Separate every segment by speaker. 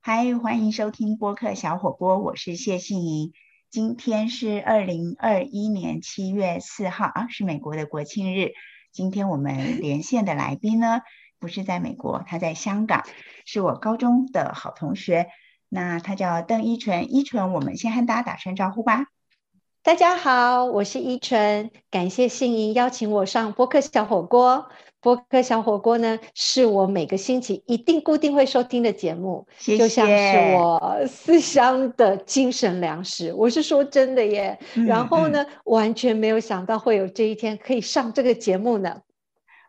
Speaker 1: 嗨，欢迎收听播客小火锅，我是谢杏怡。今天是二零二一年七月四号啊，是美国的国庆日。今天我 们连线的来宾呢，不是在美国，他在香港，是我高中的好同学。那他叫邓依纯，依纯，我们先和大家打声招呼吧。
Speaker 2: 大家好，我是依纯，感谢信怡邀请我上播客小火锅。播客小火锅呢，是我每个星期一定固定会收听的节目，
Speaker 1: 谢谢
Speaker 2: 就像是我思乡的精神粮食。我是说真的耶。
Speaker 1: 嗯
Speaker 2: 然后
Speaker 1: 嗯
Speaker 2: 呢，完全没有想到会有这一天可以上这个节目呢。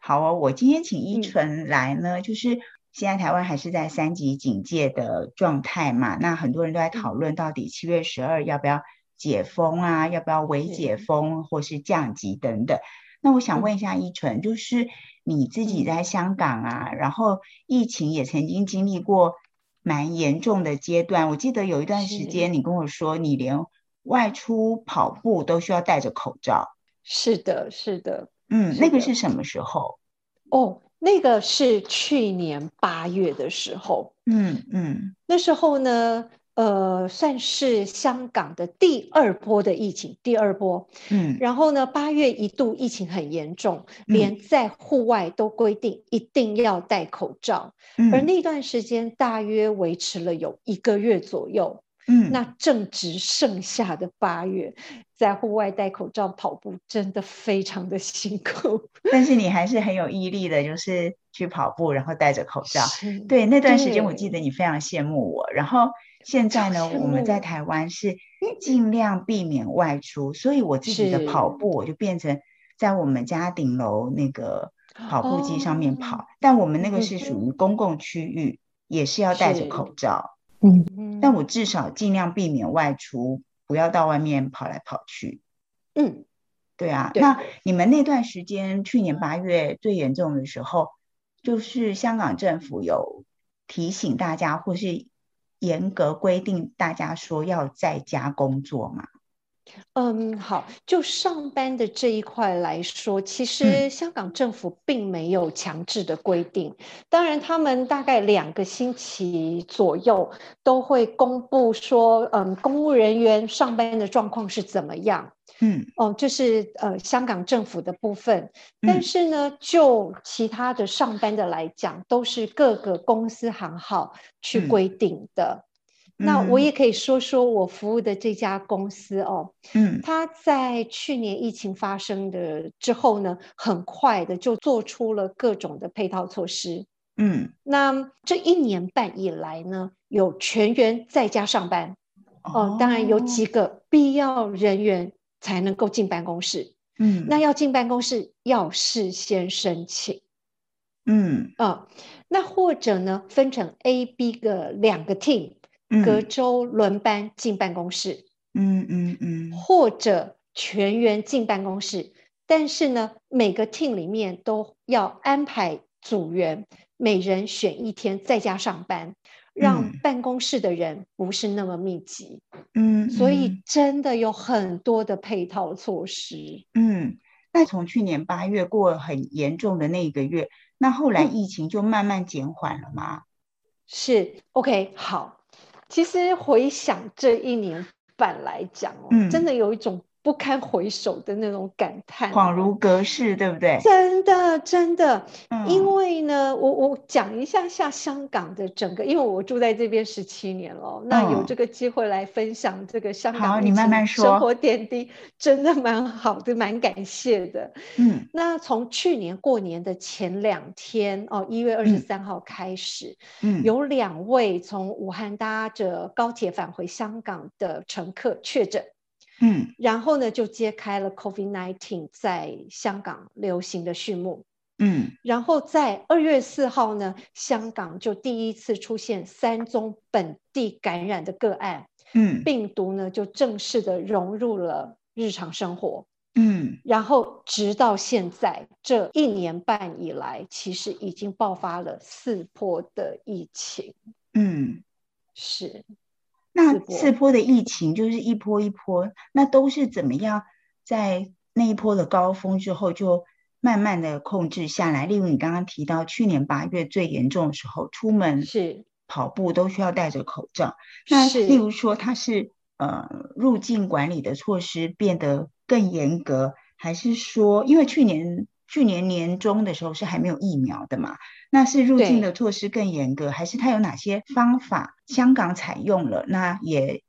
Speaker 1: 好哦，我今天请依
Speaker 2: 嗯
Speaker 1: 纯来呢，就是现在台湾还是在三级警戒的状态嘛，那很多人都
Speaker 2: 嗯
Speaker 1: 在讨论到底七月十二要不要解封啊，要不要微解封或是降级等等。那我想问一下依纯，就是你自己
Speaker 2: 嗯
Speaker 1: 在香港啊，然后疫情也曾经经历过蛮严重的阶段，我记得有一段时
Speaker 2: 是
Speaker 1: 间你跟我说你连外出跑步都需要戴着口罩，
Speaker 2: 是的，是的。
Speaker 1: 嗯，
Speaker 2: 是
Speaker 1: 那个
Speaker 2: 的
Speaker 1: 是什么时候？
Speaker 2: 哦，那个是去年八月的时候，
Speaker 1: 嗯嗯。
Speaker 2: 那时候呢，呃，算是香港的第二波的疫情，第二波。
Speaker 1: 嗯，
Speaker 2: 然后呢，八月一度疫情很严重，
Speaker 1: 嗯
Speaker 2: 连在户外都规定一定要戴口罩，
Speaker 1: 嗯
Speaker 2: 而那段时间大约维持了有一个月左右。
Speaker 1: 嗯
Speaker 2: 那正值盛夏的八月，在户外戴口罩跑步真的非常的辛苦。
Speaker 1: 但是你还是很有毅力的，就是去跑步，然后戴着口罩。
Speaker 2: 是
Speaker 1: 啊对，那段时间我记
Speaker 2: 对哦
Speaker 1: 得你非常羡慕我。然后现在呢，
Speaker 2: 超羡
Speaker 1: 我们在
Speaker 2: 慕嗯
Speaker 1: 台湾是尽量避免外出，所以我自己的
Speaker 2: 是
Speaker 1: 跑步我就变成在我们家顶楼那个跑步机上面跑，
Speaker 2: 哦
Speaker 1: 但我们那个是
Speaker 2: 嗯哼
Speaker 1: 属于公共区域，也是要戴着
Speaker 2: 是
Speaker 1: 口罩。
Speaker 2: 嗯
Speaker 1: 但我至少尽量避免外出，不要到外面跑来跑去。
Speaker 2: 嗯，
Speaker 1: 对啊，
Speaker 2: 对
Speaker 1: 那你们那段时间，去年八月最严重的时候，就是香港政府有提醒大家，或是严格规定大家说要在家工作嘛？
Speaker 2: 嗯，好，就上班的这一块来说，其
Speaker 1: 嗯
Speaker 2: 实香港政府并没有强制的规定。当然，他们大概两个星期左右都会公布说，嗯，公务人员上班的状况是怎么样。
Speaker 1: 嗯
Speaker 2: 哦，这是呃香港政府的部分，
Speaker 1: 嗯
Speaker 2: 但是呢，就其他的上班的来讲，都是各个公司行号去
Speaker 1: 嗯
Speaker 2: 规定的。那我
Speaker 1: 嗯
Speaker 2: 也可以说说我服务的这家公司哦，
Speaker 1: 嗯
Speaker 2: 他在去年疫情发生的之后呢，很快的就做出了各种的配套措施。
Speaker 1: 嗯
Speaker 2: 那这一年半以来呢，有全员在家上班，哦，当然有几个必要人员才能够进办公室。
Speaker 1: 嗯
Speaker 2: 那要进办公室要事先申请
Speaker 1: 嗯
Speaker 2: 啊、那或者呢分成 A、B 个两个 team，
Speaker 1: 嗯
Speaker 2: 隔周轮班进办公室。
Speaker 1: 嗯嗯嗯
Speaker 2: 或者全员进办公室，但是呢，每个 team 里面都要安排组员，每人选一天在家上班，让
Speaker 1: 嗯
Speaker 2: 办公室的人不是那么密集，
Speaker 1: 嗯，
Speaker 2: 所
Speaker 1: 嗯
Speaker 2: 以真的有很多的配套措施。
Speaker 1: 嗯，那从去年八月过很严重的那一个月，那后来
Speaker 2: 嗯
Speaker 1: 疫情就慢慢减缓了吗？
Speaker 2: 是 OK，好。其实回想这一年半来讲哦，
Speaker 1: 嗯
Speaker 2: 真的有一种不堪回首的那种感叹哦、
Speaker 1: 恍如隔世，对不对？
Speaker 2: 真的，真的，因
Speaker 1: 嗯
Speaker 2: 为呢，我我讲一下下香港的整个，因为我住在这边十七年了，那有
Speaker 1: 嗯
Speaker 2: 这个机会来分享这个香
Speaker 1: 好
Speaker 2: 港疫
Speaker 1: 你慢
Speaker 2: 情
Speaker 1: 慢说
Speaker 2: 生活点滴，真的蛮好的，蛮感谢的。
Speaker 1: 嗯
Speaker 2: 那从去年过年的前两天哦，一月二十三号开始，
Speaker 1: 嗯，
Speaker 2: 有两位从武汉搭着高铁返回香港的乘客确诊。
Speaker 1: 嗯
Speaker 2: 然后呢，就揭开了 COVID-19 在香港流行的序幕。
Speaker 1: 嗯
Speaker 2: 然后在二月四号呢，香港就第一次出现三宗本地感染的个案，
Speaker 1: 嗯
Speaker 2: 病毒呢就正式的融入了日常生活。
Speaker 1: 嗯
Speaker 2: 然后直到现在这一年半以来，其实已经爆发了四波的疫情。
Speaker 1: 嗯，
Speaker 2: 是，
Speaker 1: 那
Speaker 2: 四波
Speaker 1: 四波的疫情就是一波一波，那都是怎么样在那一波的高峰之后就慢慢的控制下来？例如你刚刚提到去年八月最严重的时候，出门
Speaker 2: 是
Speaker 1: 跑步都需要戴着口罩。那
Speaker 2: 是
Speaker 1: 例如说，它是呃入境管理的措施变得更严格，还是说，因为去年去年年中的时候是还没有疫苗的嘛？那是入境的措施更严格，还是它有哪些方法香港采用了？那也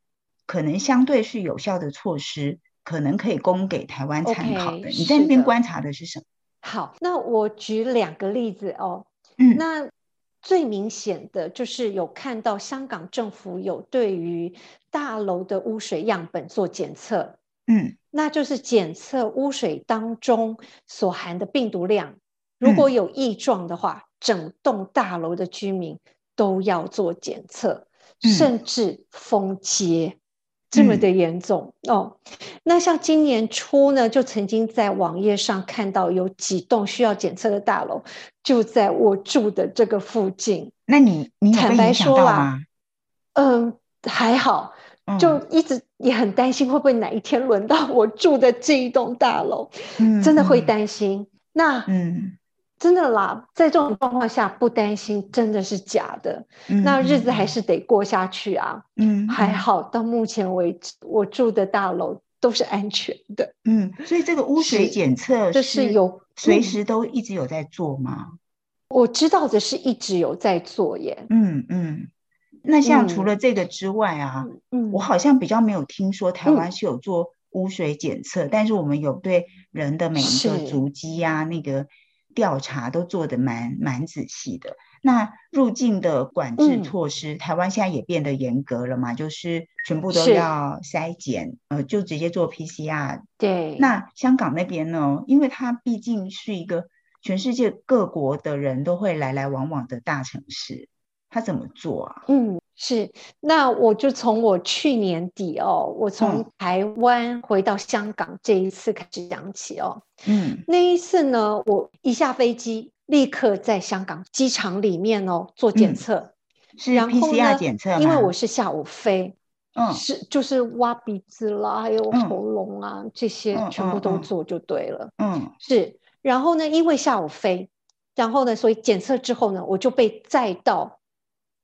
Speaker 1: 可能相对是有效的措施，可能可以供给台湾参考
Speaker 2: OK，
Speaker 1: 的。你在那
Speaker 2: 是
Speaker 1: 边
Speaker 2: 的
Speaker 1: 观察的是什么？
Speaker 2: 好，那我举两个例子哦。
Speaker 1: 嗯
Speaker 2: 那最明显的就是有看到香港政府有对于大楼的污水样本做检测，
Speaker 1: 嗯
Speaker 2: 那就是检测污水当中所含的病毒量，如
Speaker 1: 嗯
Speaker 2: 果有异状的话，整栋大楼的居民都要做检测，
Speaker 1: 嗯
Speaker 2: 甚至封街。这么
Speaker 1: 嗯
Speaker 2: 的严重、哦，那像今年初呢，就曾经在网页上看到有几栋需要检测的大楼，就在我住的这个附近。
Speaker 1: 那你你有被
Speaker 2: 坦白
Speaker 1: 影响
Speaker 2: 说
Speaker 1: 到
Speaker 2: 啦
Speaker 1: 吗？
Speaker 2: 嗯，还好，
Speaker 1: 嗯
Speaker 2: 就一直也很担心会不会哪一天轮到我住的这一栋大楼，真的会
Speaker 1: 嗯
Speaker 2: 担心。那
Speaker 1: 嗯，
Speaker 2: 真的啦，在这种状况下不担心真的是假的，
Speaker 1: 嗯
Speaker 2: 那日
Speaker 1: 嗯
Speaker 2: 子还是得过下去啊。
Speaker 1: 嗯
Speaker 2: 还
Speaker 1: 嗯
Speaker 2: 好到目前为止，我住的大楼都是安全的，
Speaker 1: 嗯，所以这个污水
Speaker 2: 是
Speaker 1: 检测
Speaker 2: 这是有
Speaker 1: 随
Speaker 2: 嗯
Speaker 1: 时都一直有在做吗？
Speaker 2: 我知道的是一直有在做耶。
Speaker 1: 嗯嗯，那像除
Speaker 2: 嗯
Speaker 1: 了这个之外啊，
Speaker 2: 嗯
Speaker 1: 我好像比较没有听说台
Speaker 2: 嗯
Speaker 1: 湾是有做污水检测，但是我们有对人的每一个
Speaker 2: 是
Speaker 1: 足迹呀、那个调查都做得蛮蛮仔细的。那入境的管制
Speaker 2: 嗯
Speaker 1: 措施，台湾现在也变得严格了嘛，就是全部都
Speaker 2: 是
Speaker 1: 要筛检，呃，就直接做 PCR
Speaker 2: 对，
Speaker 1: 那香港那边呢？因为它毕竟是一个全世界各国的人都会来来往往的大城市，它怎么做啊？
Speaker 2: 嗯，是，那我就从我去年底哦，我
Speaker 1: 嗯
Speaker 2: 从台湾回到香港这一次开始讲起哦。
Speaker 1: 嗯
Speaker 2: 那一次呢，我一下飞机，立刻在香港机场里面哦做检
Speaker 1: 嗯
Speaker 2: 测，
Speaker 1: 是
Speaker 2: 然后
Speaker 1: PCR
Speaker 2: 呢
Speaker 1: 检测吗？
Speaker 2: 因为我是下午飞，
Speaker 1: 嗯
Speaker 2: 是就是挖鼻子啦，还有
Speaker 1: 嗯
Speaker 2: 喉咙啊、这些
Speaker 1: 嗯
Speaker 2: 全部
Speaker 1: 嗯
Speaker 2: 都
Speaker 1: 嗯
Speaker 2: 做就对了。
Speaker 1: 嗯
Speaker 2: 是，然后呢，因为下午飞，然后呢，所以检测之后呢，我就被载到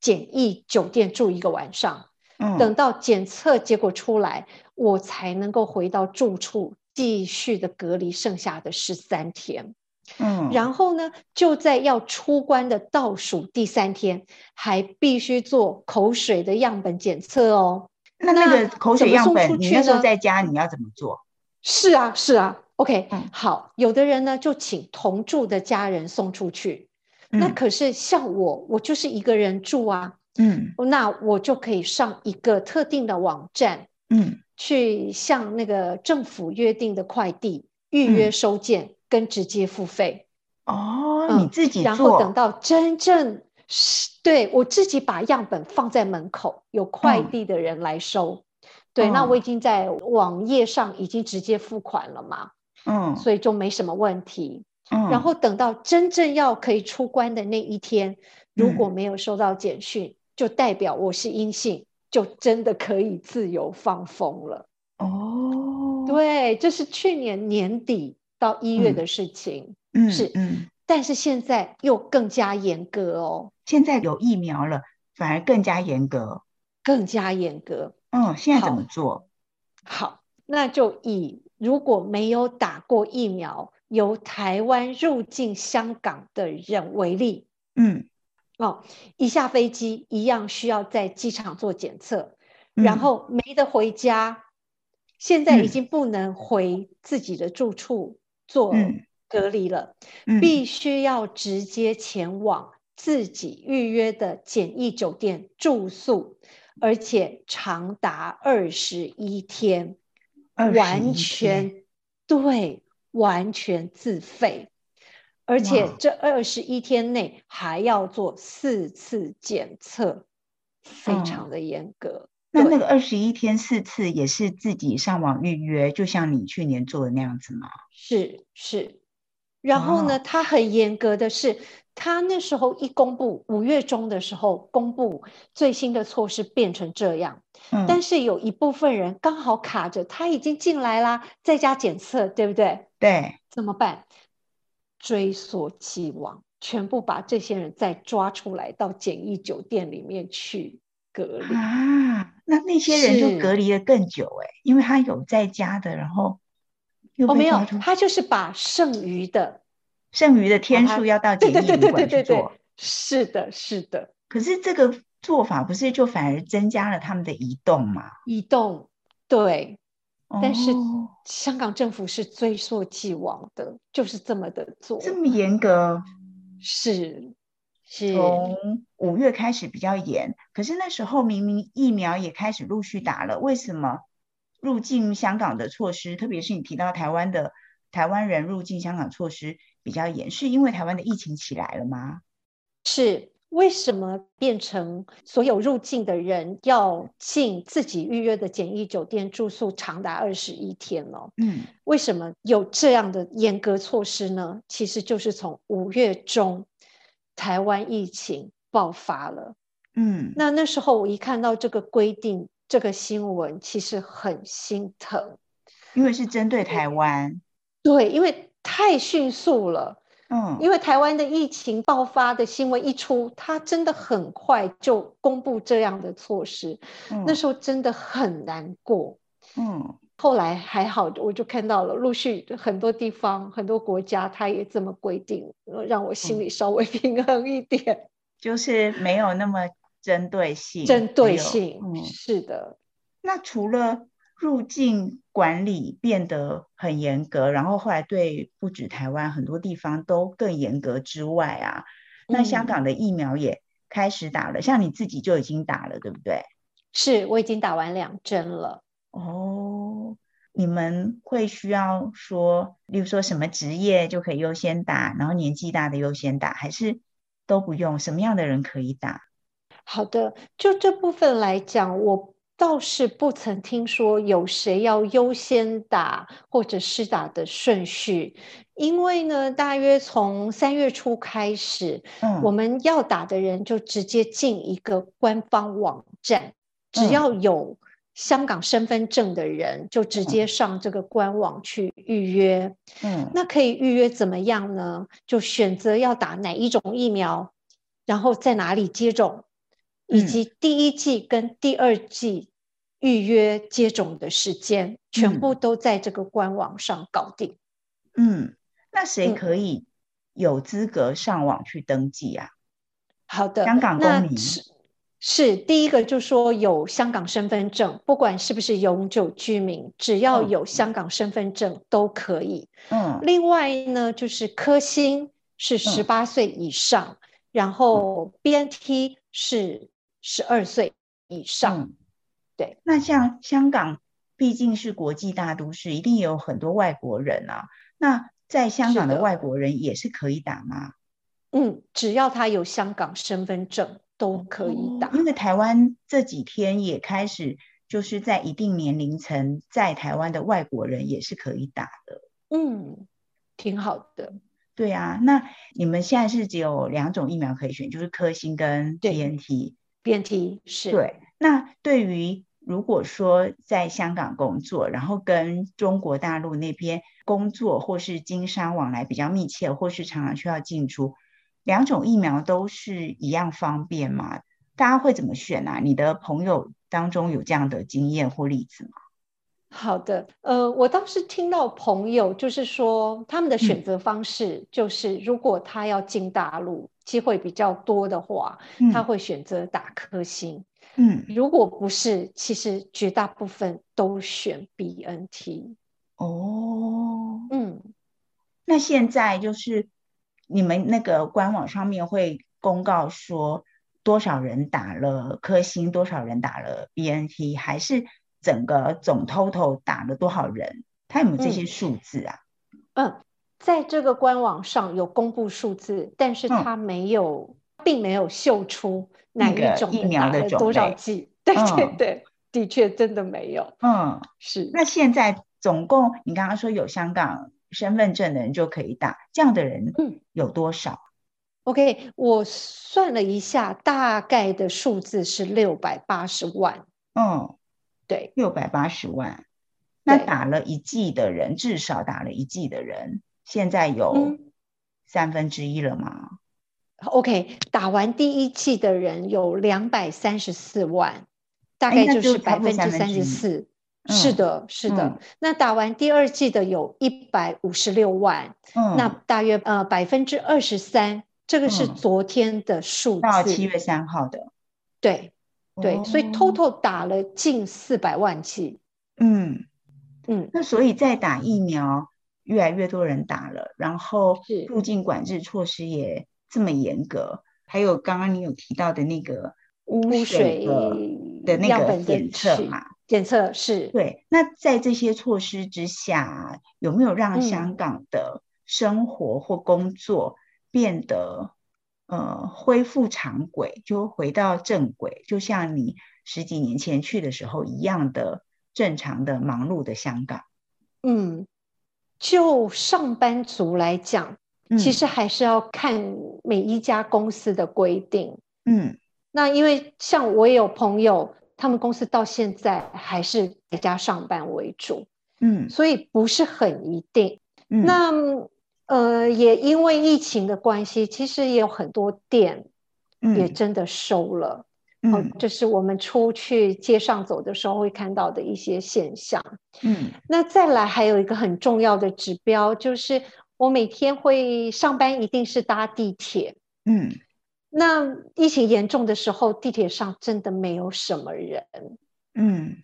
Speaker 2: 简易酒店住一个晚上，
Speaker 1: 嗯，
Speaker 2: 等到检测结果出来，我才能够回到住处继续的隔离剩下的十三天。
Speaker 1: 嗯
Speaker 2: 然后呢，就在要出关的倒数第三天，还必须做口水的样本检测哦。
Speaker 1: 那那
Speaker 2: 那
Speaker 1: 个口
Speaker 2: 怎
Speaker 1: 水
Speaker 2: 么
Speaker 1: 样
Speaker 2: 送出
Speaker 1: 本，你
Speaker 2: 去
Speaker 1: 那时候
Speaker 2: 呢
Speaker 1: 在家你要怎么做？
Speaker 2: 是啊，是啊，OK，、
Speaker 1: 嗯
Speaker 2: 好，有的人呢就请同住的家人送出去，那
Speaker 1: 嗯
Speaker 2: 可是像我，我就是一个人住啊，
Speaker 1: 嗯
Speaker 2: 那我就可以上一个特定的网站
Speaker 1: 嗯
Speaker 2: 去向那个政府约定的快递预约
Speaker 1: 嗯
Speaker 2: 收件跟直接付费，
Speaker 1: 哦，
Speaker 2: 嗯
Speaker 1: 你自己
Speaker 2: 然后等
Speaker 1: 做，
Speaker 2: 到真正是对我自己把样本放在门口，有快
Speaker 1: 嗯
Speaker 2: 递的人来收。对，那我
Speaker 1: 嗯
Speaker 2: 已经在网页上已经直接付款了嘛。
Speaker 1: 嗯
Speaker 2: 所以就没什么问题。
Speaker 1: 嗯，
Speaker 2: 然后等到真正要可以出关的那一天，如
Speaker 1: 嗯
Speaker 2: 果没有收到简讯，就代表我是阴性，就真的可以自由放风了。
Speaker 1: 哦，
Speaker 2: 对，这是去年年底到一月的事情，
Speaker 1: 嗯
Speaker 2: 是
Speaker 1: 嗯，
Speaker 2: 但是现在又更加严格哦，
Speaker 1: 现在有疫苗了，反而更加严格。
Speaker 2: 更加严格。
Speaker 1: 嗯，现在怎
Speaker 2: 好
Speaker 1: 么做？
Speaker 2: 好，那就以如果没有打过疫苗，由台湾入境香港的人为例，
Speaker 1: 嗯。
Speaker 2: 哦，一下飞机一样需要在机场做检测，
Speaker 1: 嗯
Speaker 2: 然后没得回家，现在已
Speaker 1: 嗯
Speaker 2: 经不能回自己的住处做
Speaker 1: 嗯
Speaker 2: 隔离了，
Speaker 1: 嗯
Speaker 2: 必须要直接前往自己预约的简易酒店住宿，而且长达二十一天，
Speaker 1: 21
Speaker 2: 完
Speaker 1: 天
Speaker 2: 全对，完全自费。而且
Speaker 1: 哇
Speaker 2: 这二十一天内还要做四次检测，非
Speaker 1: 嗯
Speaker 2: 常的严格。
Speaker 1: 那
Speaker 2: 对
Speaker 1: 那个二十一天四次也是自己上网预约，就像你去年做的那样子吗？
Speaker 2: 是是，然后呢，
Speaker 1: 哦
Speaker 2: 他很严格的是，他那时候一公布，五月中的时候公布最新的措施变成这样，
Speaker 1: 嗯，
Speaker 2: 但是有一部分人刚好卡着，他已经进来啦，在家检测，对不对？
Speaker 1: 对，
Speaker 2: 怎么办？追溯既往，全部把这些人再抓出来到简易酒店里面去隔离。
Speaker 1: 啊，那那些人
Speaker 2: 是
Speaker 1: 就隔离的更久哎、因为他有在家的，然后又
Speaker 2: 哦，
Speaker 1: 被
Speaker 2: 没有
Speaker 1: 抓住，
Speaker 2: 他就是把剩余的，
Speaker 1: 剩余的天
Speaker 2: 他
Speaker 1: 数要到
Speaker 2: 对
Speaker 1: 检疫
Speaker 2: 对对
Speaker 1: 旅
Speaker 2: 对对
Speaker 1: 馆去
Speaker 2: 对对
Speaker 1: 做。，
Speaker 2: 是的，是的，
Speaker 1: 可是这个做法不是就反而增加了他们的移动吗？
Speaker 2: 移动，对，但是
Speaker 1: 哦
Speaker 2: 香港政府是追溯既往的，就是这么的做，
Speaker 1: 这么严格，
Speaker 2: 是是，
Speaker 1: 从五月开始比较严，可是那时候明明疫苗也开始陆续打了，为什么入境香港的措施，特别是你提到台湾的台湾人入境香港措施比较严，是因为台湾的疫情起来了吗？
Speaker 2: 是为什么变成所有入境的人要进自己预约的简易酒店住宿长达二十一天呢？
Speaker 1: 嗯，
Speaker 2: 为什么有这样的严格措施呢？其实就是从五月中台湾疫情爆发了。
Speaker 1: 嗯，
Speaker 2: 那那时候我一看到这个规定，这个新闻其实很心疼。
Speaker 1: 因为是针对台湾，
Speaker 2: 对，因为太迅速了。
Speaker 1: 嗯，
Speaker 2: 因为台湾的疫情爆发的新闻一出，它真的很快就公布这样的措施，
Speaker 1: 嗯
Speaker 2: 那时候真的很难过。
Speaker 1: 嗯
Speaker 2: 后来还好，我就看到了陆续很多地方、很多国家，它也这么规定，呃让我心
Speaker 1: 嗯
Speaker 2: 里稍微 平衡一点。
Speaker 1: 就是没有那么针对性，
Speaker 2: 针
Speaker 1: 嗯
Speaker 2: 对
Speaker 1: 没有
Speaker 2: 性，
Speaker 1: 嗯，
Speaker 2: 是的，
Speaker 1: 那除了入境管理变得很严格，然后后来对不止台湾很多地方都更严格之外啊，那香
Speaker 2: 嗯
Speaker 1: 港的疫苗也开始打了，像你自己就已经打了，对不对？
Speaker 2: 是我已经打完两针了。
Speaker 1: 哦，你们会需要说，例如说什么职业就可以优先打，然后年纪大的优先打，还是都不用？什么样的人可以打？
Speaker 2: 好的，就这部分来讲，我倒是不曾听说有谁要优先打或者施打的顺序，因为呢，大约从三月初开始，
Speaker 1: 嗯，
Speaker 2: 我们要打的人就直接进一个官方网站，只
Speaker 1: 嗯
Speaker 2: 要有香港身份证的人，就直接上这个官网去预约。
Speaker 1: 嗯
Speaker 2: 那可以预约怎么样呢？就选择要打哪一种疫苗，然后在哪里接种，以
Speaker 1: 嗯
Speaker 2: 及第一季跟第二季预约接种的时间，全部都在这个官网上搞定。
Speaker 1: 嗯，那谁
Speaker 2: 嗯
Speaker 1: 可以有资格上网去登记啊？
Speaker 2: 好的，
Speaker 1: 香港公
Speaker 2: 那
Speaker 1: 民
Speaker 2: 是是第一个，就说有香港身份证，不管是不是永久居民，只要
Speaker 1: 嗯
Speaker 2: 有香港身份证都可以。
Speaker 1: 嗯
Speaker 2: 另外呢，就是科兴是十八岁以上，然后 BNT 是十二岁以上。
Speaker 1: 嗯，
Speaker 2: 对。
Speaker 1: 那像香港毕竟是国际大都市，一定也有很多外国人啊。那在香港
Speaker 2: 是
Speaker 1: 的
Speaker 2: 的
Speaker 1: 外国人也是可以打吗？
Speaker 2: 嗯只要他有香港身份证都可以打。
Speaker 1: 因为台湾这几天也开始，就是在一定年龄层在台湾的外国人也是可以打的。
Speaker 2: 嗯，挺好的。
Speaker 1: 对啊，那你们现在是只有两种疫苗可以选，就是科兴跟
Speaker 2: 对
Speaker 1: BNT。
Speaker 2: BNT 是
Speaker 1: 对，那对于如果说在香港工作，然后跟中国大陆那边工作或是经商往来比较密切，或是常常需要进出，两种疫苗都是一样方便吗？大家会怎么选啊？你的朋友当中有这样的经验或例子吗？
Speaker 2: 好的，呃，我倒是听到朋友就是说，他们的选择方式就是，如果他要进大陆，机会比较多的话，他会选择打科兴；
Speaker 1: 嗯嗯
Speaker 2: 如果不是，其实绝大部分都选 BNT。
Speaker 1: 哦，
Speaker 2: 嗯，
Speaker 1: 那现在就是你们那个官网上面会公告说多少人打了科兴，多少人打了 BNT，还是整个总 total 打了多少人？它有没有这些
Speaker 2: 嗯
Speaker 1: 数字啊？
Speaker 2: 嗯，在这个官网上有公布数字，但是
Speaker 1: 嗯
Speaker 2: 它没有，并没有秀出哪
Speaker 1: 那个
Speaker 2: 一种
Speaker 1: 疫
Speaker 2: 人
Speaker 1: 苗
Speaker 2: 打
Speaker 1: 的
Speaker 2: 了
Speaker 1: 种
Speaker 2: 多少
Speaker 1: 类
Speaker 2: 剂。对对
Speaker 1: 嗯
Speaker 2: 对，的确真的没有，
Speaker 1: 嗯，
Speaker 2: 是。
Speaker 1: 那现在总共你刚刚说有香港身份证的人就可以打，这样的人
Speaker 2: 嗯
Speaker 1: 有多少？
Speaker 2: OK，我算了一下，大概的数字是六百八十万。
Speaker 1: 嗯，
Speaker 2: 对，
Speaker 1: 六百八十万。那
Speaker 2: 对
Speaker 1: 打了一剂的人，至少打了一剂的人，现在有
Speaker 2: 嗯
Speaker 1: 三分之一了吗？
Speaker 2: OK，打完第一剂的人有两百三十四万，大概
Speaker 1: 哎那
Speaker 2: 就
Speaker 1: 就是差
Speaker 2: 百
Speaker 1: 不多
Speaker 2: 分之三十
Speaker 1: 1/3
Speaker 2: 四。是
Speaker 1: 嗯
Speaker 2: 的，是的。
Speaker 1: 嗯
Speaker 2: 那打完第二剂的有一百五十六万，
Speaker 1: 嗯，
Speaker 2: 那大约呃百分之二十三，这个是
Speaker 1: 嗯
Speaker 2: 昨天的数
Speaker 1: 到
Speaker 2: 字。
Speaker 1: 七月三号的，
Speaker 2: 对对，所以
Speaker 1: 哦
Speaker 2: total 打了近四百万剂。
Speaker 1: 嗯，
Speaker 2: 嗯，
Speaker 1: 那所以在打疫苗，越来越多人打了，然后
Speaker 2: 是
Speaker 1: 入境管制措施也这么严格，还有刚刚你有提到的那个污
Speaker 2: 污
Speaker 1: 水
Speaker 2: 水
Speaker 1: 的的那
Speaker 2: 样
Speaker 1: 个
Speaker 2: 本
Speaker 1: 检
Speaker 2: 检
Speaker 1: 测
Speaker 2: 视
Speaker 1: 嘛，
Speaker 2: 检测是
Speaker 1: 对，那在这些措施之下，有没有让
Speaker 2: 嗯
Speaker 1: 香港的生活或工作变得呃恢复常轨，就回到正轨，就像你十几年前去的时候一样的正常的忙碌的香港？
Speaker 2: 嗯，就上班族来讲，
Speaker 1: 嗯
Speaker 2: 其实还是要看每一家公司的规定。
Speaker 1: 嗯
Speaker 2: 那因为像我也有朋友，他们公司到现在还是在家上班为主，
Speaker 1: 嗯
Speaker 2: 所以不是很一定。
Speaker 1: 嗯，
Speaker 2: 那呃，也因为疫情的关系，其实也有很多店也
Speaker 1: 嗯
Speaker 2: 真的收了。哦
Speaker 1: 嗯，
Speaker 2: 这是我们出去街上走的时候会看到的一些现象。
Speaker 1: 嗯
Speaker 2: 那再来还有一个很重要的指标，就是我每天会上班，一定是搭地铁。
Speaker 1: 嗯
Speaker 2: 那疫情严重的时候，地铁上真的没有什么人。
Speaker 1: 嗯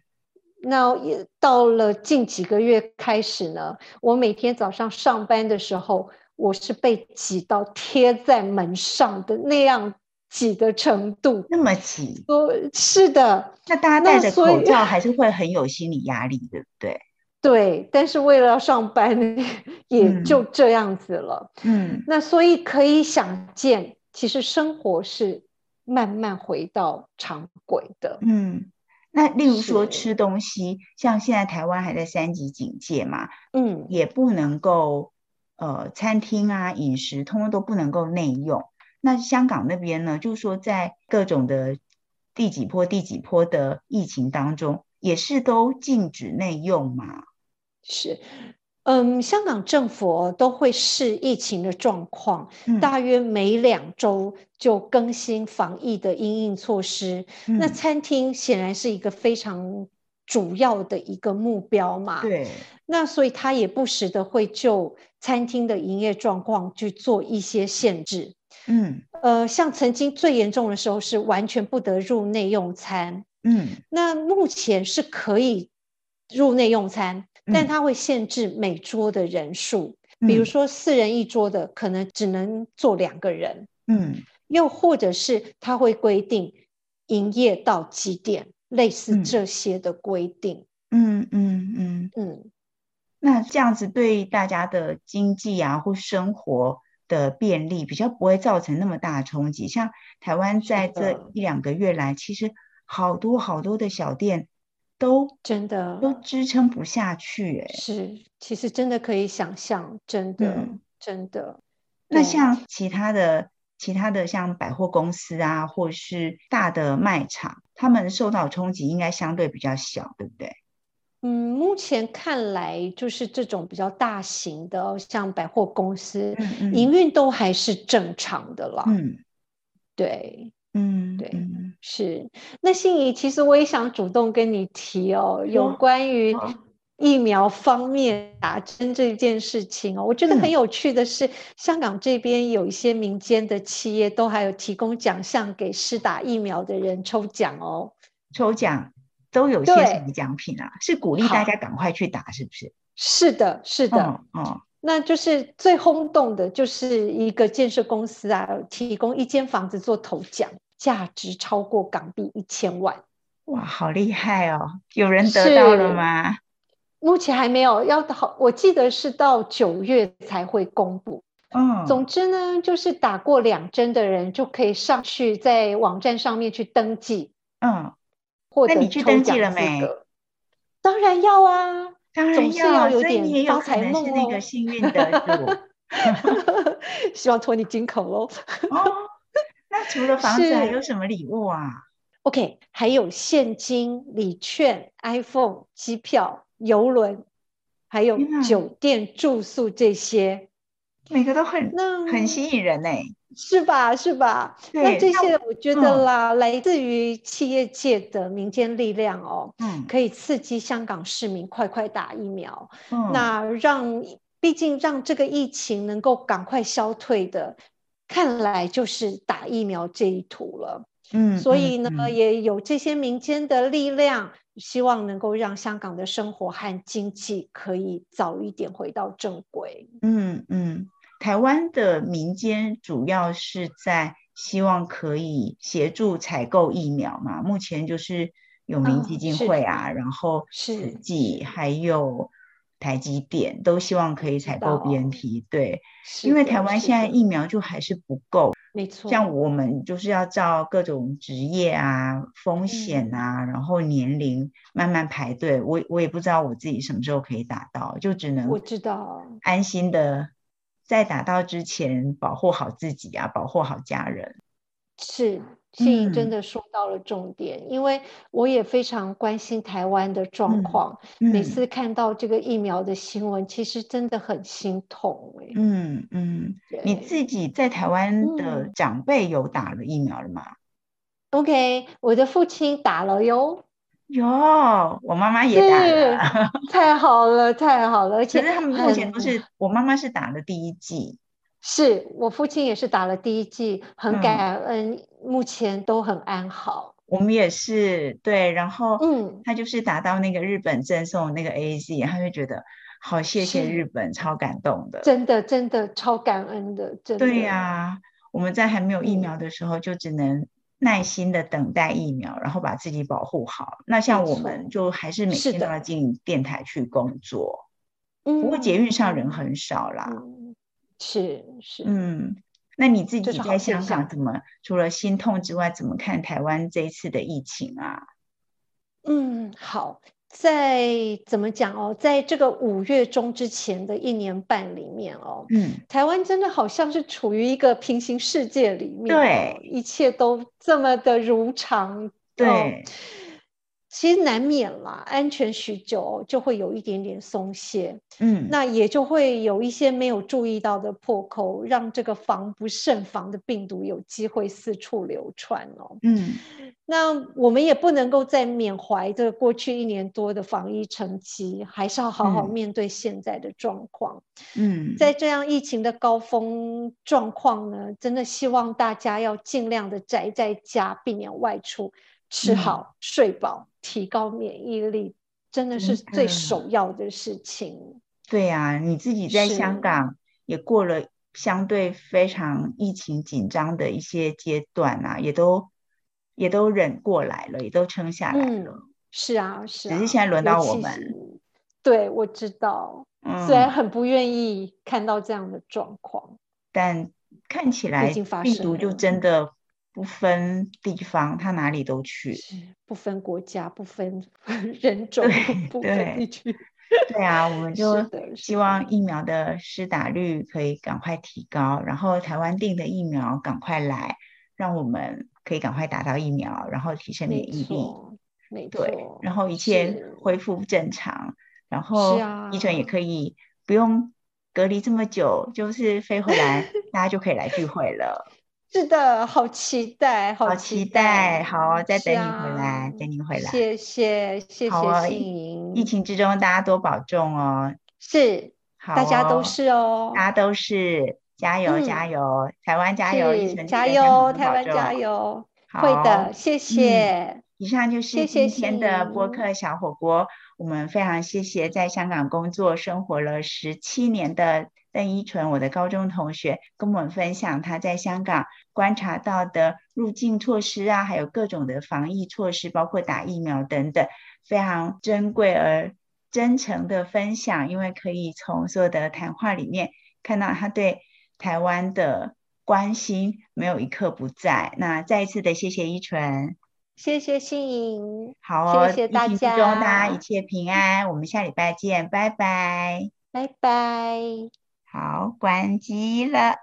Speaker 2: 那也到了近几个月开始呢，我每天早上上班的时候，我是被挤到贴在门上的那样挤的程度。
Speaker 1: 那么挤，
Speaker 2: 说是的，
Speaker 1: 那大家
Speaker 2: 那
Speaker 1: 戴着
Speaker 2: 所
Speaker 1: 口
Speaker 2: 以
Speaker 1: 罩还是会很有心理压力，对不对？
Speaker 2: 对，但是为了要上班，也
Speaker 1: 嗯
Speaker 2: 就这样子了。
Speaker 1: 嗯
Speaker 2: 那所以可以想见，其实生活是慢慢回到常轨的。
Speaker 1: 嗯。那例如说
Speaker 2: 是
Speaker 1: 吃东西，像现在台湾还在三级警戒嘛，
Speaker 2: 嗯，
Speaker 1: 也不能够呃餐厅啊饮食通通都不能够内用。那香港那边呢，就是说在各种的第几波第几波的疫情当中，也是都禁止内用嘛。
Speaker 2: 是。嗯，香港政府都会视疫情的状况，
Speaker 1: 嗯，
Speaker 2: 大约每两周就更新防疫的因应措施。那
Speaker 1: 嗯
Speaker 2: 餐厅显然是一个非常主要的一个目标嘛。。
Speaker 1: 对，
Speaker 2: 那所以他也不时的会就餐厅的营业状况去做一些限制。
Speaker 1: 嗯
Speaker 2: 呃，像曾经最严重的时候是完全不得入内用餐，
Speaker 1: 嗯
Speaker 2: 那目前是可以入内用餐，
Speaker 1: 嗯
Speaker 2: 但它会限制每桌的人数，比如说四人一桌的可能只能坐两个人，
Speaker 1: 嗯
Speaker 2: 又或者是它会规定营业到几点，类似
Speaker 1: 嗯
Speaker 2: 这些的规定。
Speaker 1: 嗯嗯嗯嗯，
Speaker 2: 嗯，
Speaker 1: 那这样子对大家的经济啊或生活的便利，比较不会造成那么大的冲击。像台湾在这
Speaker 2: 的
Speaker 1: 一两个月来，其实好多好多的小店都
Speaker 2: 真的
Speaker 1: 都支撑不下去、欸，
Speaker 2: 是，其实真的可以想象，真的，
Speaker 1: 嗯
Speaker 2: 真的。
Speaker 1: 那
Speaker 2: 对
Speaker 1: 像其他的、其他的像百货公司啊，或是大的卖场，他们受到冲击应该相对比较小，对不对？
Speaker 2: 嗯，目前看来，就是这种比较大型的哦，像百货公司，
Speaker 1: 嗯
Speaker 2: 营运都还是正常的啦。
Speaker 1: 嗯
Speaker 2: 对，
Speaker 1: 嗯
Speaker 2: 对
Speaker 1: 嗯
Speaker 2: 是。那心仪，其实我也想主动跟你提哦，有
Speaker 1: 说
Speaker 2: 关于
Speaker 1: 嗯好
Speaker 2: 疫苗方面打针这件事情哦，我觉得
Speaker 1: 嗯
Speaker 2: 很有趣的是，香港这边有一些民间的企业都还有提供奖项给施打疫苗的人抽奖哦。
Speaker 1: 抽奖都有些什
Speaker 2: 对
Speaker 1: 么奖品啊？是鼓励大
Speaker 2: 好
Speaker 1: 家赶快去打，是不是？
Speaker 2: 是的，是的。
Speaker 1: 嗯嗯
Speaker 2: 那就是最轰动的，就是一个建设公司啊，提供一间房子做头奖，价值超过港币一千万。
Speaker 1: 哇，好厉害哦！有人得到了
Speaker 2: 是
Speaker 1: 吗？
Speaker 2: 目前还没有，要好，我记得是到九月才会公布。
Speaker 1: 嗯，
Speaker 2: 总之呢，就是打过两针的人就可以上去在网站上面去登记，
Speaker 1: 嗯，
Speaker 2: 获
Speaker 1: 那
Speaker 2: 得
Speaker 1: 你去
Speaker 2: 抽
Speaker 1: 登记了
Speaker 2: 奖资
Speaker 1: 没
Speaker 2: 格。当然要啊，
Speaker 1: 当然
Speaker 2: 总是要有
Speaker 1: 所以你
Speaker 2: 点
Speaker 1: 也有
Speaker 2: 发
Speaker 1: 可
Speaker 2: 财
Speaker 1: 能是
Speaker 2: 梦
Speaker 1: 那个
Speaker 2: 哦
Speaker 1: 幸运得主
Speaker 2: 希望托你金口喽。
Speaker 1: 哦。那除了房子还
Speaker 2: 是
Speaker 1: 有什么礼物啊？
Speaker 2: OK，还有现金、礼券、iPhone、机票、游轮，还有
Speaker 1: 天哪
Speaker 2: 酒店住宿这些。
Speaker 1: 每个都很
Speaker 2: 那
Speaker 1: 很吸引人呢、
Speaker 2: 是吧？是吧？
Speaker 1: 对
Speaker 2: 嗯那这些
Speaker 1: 那嗯
Speaker 2: 我觉得啦，来自于企业界的民间力量哦，
Speaker 1: 嗯
Speaker 2: 可以刺激香港市民快快打疫苗，
Speaker 1: 嗯，
Speaker 2: 那让毕竟让这个疫情能够赶快消退的，看来就是打疫苗这一途了。
Speaker 1: 嗯，
Speaker 2: 所
Speaker 1: 嗯
Speaker 2: 以呢，
Speaker 1: 嗯
Speaker 2: 也有这些民间的力量，希望能够让香港的生活和经济可以早一点回到正轨。
Speaker 1: 嗯嗯，台湾的民间主要是在希望可以协助采购疫苗嘛，目前就是永明基
Speaker 2: 嗯
Speaker 1: 金
Speaker 2: 是
Speaker 1: 会啊，然后
Speaker 2: 是
Speaker 1: 慈济还有台积电都希望可以采购
Speaker 2: 道
Speaker 1: BNT，对，
Speaker 2: 是
Speaker 1: 因为
Speaker 2: 的
Speaker 1: 台湾
Speaker 2: 是
Speaker 1: 现在
Speaker 2: 的
Speaker 1: 疫苗就还是不够，
Speaker 2: 没错，
Speaker 1: 像我们就是要照各种职业啊、
Speaker 2: 嗯
Speaker 1: 风险啊，然后年龄慢慢排队，我我也不知道我自己什么时候可以打到，就只能
Speaker 2: 我知道，
Speaker 1: 安心的在打到之前保护好自己啊，保护好家人。
Speaker 2: 是信怡
Speaker 1: 嗯
Speaker 2: 真的说到了重点，因为我也非常关心台湾的状
Speaker 1: 嗯
Speaker 2: 况，
Speaker 1: 嗯
Speaker 2: 每次看到这个疫苗的新闻，其实真的很心痛哎、
Speaker 1: 嗯嗯，你
Speaker 2: 对
Speaker 1: 自己在台湾的
Speaker 2: 嗯
Speaker 1: 长辈有打了疫苗了吗？
Speaker 2: OK，我的父亲打了哟。
Speaker 1: 有，我妈妈也打了，
Speaker 2: 太好了，太好了！而
Speaker 1: 其
Speaker 2: 且
Speaker 1: 实他们目前都
Speaker 2: 很
Speaker 1: 是我妈妈是打了第一剂。
Speaker 2: 是我父亲也是打了第一剂，
Speaker 1: 嗯
Speaker 2: 很感恩，目前都很安好。
Speaker 1: 我们也是对，然后
Speaker 2: 嗯
Speaker 1: 他就是打到那个日本赠送那个 A Z，他就觉得好谢谢
Speaker 2: 是
Speaker 1: 日本，超感动的。
Speaker 2: 真的真的超感恩的，真的。嗯
Speaker 1: 对呀、我们在还没有疫苗的时候，就只能耐心的等待疫苗，然后把自己保护好。那像
Speaker 2: 没
Speaker 1: 我
Speaker 2: 错
Speaker 1: 们就还是每
Speaker 2: 是
Speaker 1: 天都
Speaker 2: 的
Speaker 1: 要进电台去工作，
Speaker 2: 嗯，
Speaker 1: 不过捷运上人
Speaker 2: 嗯
Speaker 1: 很少啦。
Speaker 2: 嗯是是，
Speaker 1: 嗯，那你自
Speaker 2: 这
Speaker 1: 己
Speaker 2: 是
Speaker 1: 在
Speaker 2: 好
Speaker 1: 香
Speaker 2: 现
Speaker 1: 港
Speaker 2: 象
Speaker 1: 怎么除了心痛之外，怎么看台湾这一次的疫情啊？
Speaker 2: 嗯，好，在怎么讲哦，在这个五月中之前的一年半里面哦，
Speaker 1: 嗯
Speaker 2: 台湾真的好像是处于一个平行世界里面哦，
Speaker 1: 对
Speaker 2: 一切都这么的如常，哦
Speaker 1: 对，
Speaker 2: 其实难免啦，安全许久哦就会有一点点松懈，
Speaker 1: 嗯，
Speaker 2: 那也就会有一些没有注意到的破口，让这个防不胜防的病毒有机会四处流传哦。
Speaker 1: 嗯
Speaker 2: 那我们也不能够再缅怀这过去一年多的防疫成绩，还是要好好
Speaker 1: 嗯
Speaker 2: 面对现在的状况。
Speaker 1: 嗯，
Speaker 2: 在这样疫情的高峰状况呢，真的希望大家要尽量的宅在家，避免外出，吃
Speaker 1: 嗯
Speaker 2: 好、睡饱，提高免疫力，真的是
Speaker 1: 真
Speaker 2: 最
Speaker 1: 的
Speaker 2: 首要的事情。
Speaker 1: 对呀、你自己在香
Speaker 2: 是
Speaker 1: 港也过了相对非常疫情紧张的一些阶段啊，也都也都忍过来了，也都撑下来
Speaker 2: 嗯
Speaker 1: 了。
Speaker 2: 是啊，是
Speaker 1: 只
Speaker 2: 啊。
Speaker 1: 是现在轮
Speaker 2: 尤
Speaker 1: 到我
Speaker 2: 其
Speaker 1: 们，
Speaker 2: 是。对，我知道，
Speaker 1: 嗯，
Speaker 2: 虽然很不愿意看到这样的状况。
Speaker 1: 但嗯看起来
Speaker 2: 经发
Speaker 1: 病
Speaker 2: 生
Speaker 1: 毒就
Speaker 2: 了嗯
Speaker 1: 真的不分地方，它哪里都去。
Speaker 2: 是不分国家、不分 人种
Speaker 1: 对、
Speaker 2: 不
Speaker 1: 对
Speaker 2: 分 地区，
Speaker 1: 对啊，我们
Speaker 2: 是
Speaker 1: 就
Speaker 2: 的
Speaker 1: 希
Speaker 2: 是
Speaker 1: 望
Speaker 2: 的
Speaker 1: 疫苗的施打率可以赶快提高，然后台湾订的疫苗赶快来，让我们可以赶快打到疫苗，然后提升
Speaker 2: 没
Speaker 1: 免疫力。
Speaker 2: 错，没错
Speaker 1: 对，。然后一切
Speaker 2: 是
Speaker 1: 恢复正常，然后医生也
Speaker 2: 啊
Speaker 1: 可以不用隔离这么久，就是飞回 来，大家就可以来聚会了。
Speaker 2: 是的，好期待，
Speaker 1: 好期
Speaker 2: 期
Speaker 1: 待，好，再
Speaker 2: 是
Speaker 1: 等你回来，等
Speaker 2: 啊
Speaker 1: 你回来。
Speaker 2: 谢谢，谢
Speaker 1: 好
Speaker 2: 谢
Speaker 1: 啊
Speaker 2: 心
Speaker 1: 疫
Speaker 2: 莹，
Speaker 1: 情之中大家多保重哦，
Speaker 2: 是
Speaker 1: 好
Speaker 2: 大家
Speaker 1: 哦
Speaker 2: 都是哦，
Speaker 1: 大家都是加油加
Speaker 2: 嗯
Speaker 1: 油，台湾加油，疫
Speaker 2: 是
Speaker 1: 情
Speaker 2: 加
Speaker 1: 之间香港
Speaker 2: 油，
Speaker 1: 多
Speaker 2: 台
Speaker 1: 保
Speaker 2: 湾加
Speaker 1: 重。
Speaker 2: 油，会的，
Speaker 1: 好嗯
Speaker 2: 谢谢，
Speaker 1: 以上就是
Speaker 2: 谢谢
Speaker 1: 今天的播
Speaker 2: 信
Speaker 1: 客小火锅。我们非常谢谢在香港工作生活了十七年的邓依纯，我的高中同学，跟我们分享他在香港观察到的入境措施啊，还有各种的防疫措施，包括打疫苗等等，非常珍贵而真诚的分享。因为可以从所有的谈话里面看到他对台湾的关心，没有一刻不在。那再一次的谢谢依纯。
Speaker 2: 谢谢心莹，
Speaker 1: 好哦，
Speaker 2: 谢谢
Speaker 1: 疫
Speaker 2: 大
Speaker 1: 情之中大家一
Speaker 2: 家
Speaker 1: 切平安，我们下礼拜见，拜拜。
Speaker 2: 拜拜。
Speaker 1: 好，关机了。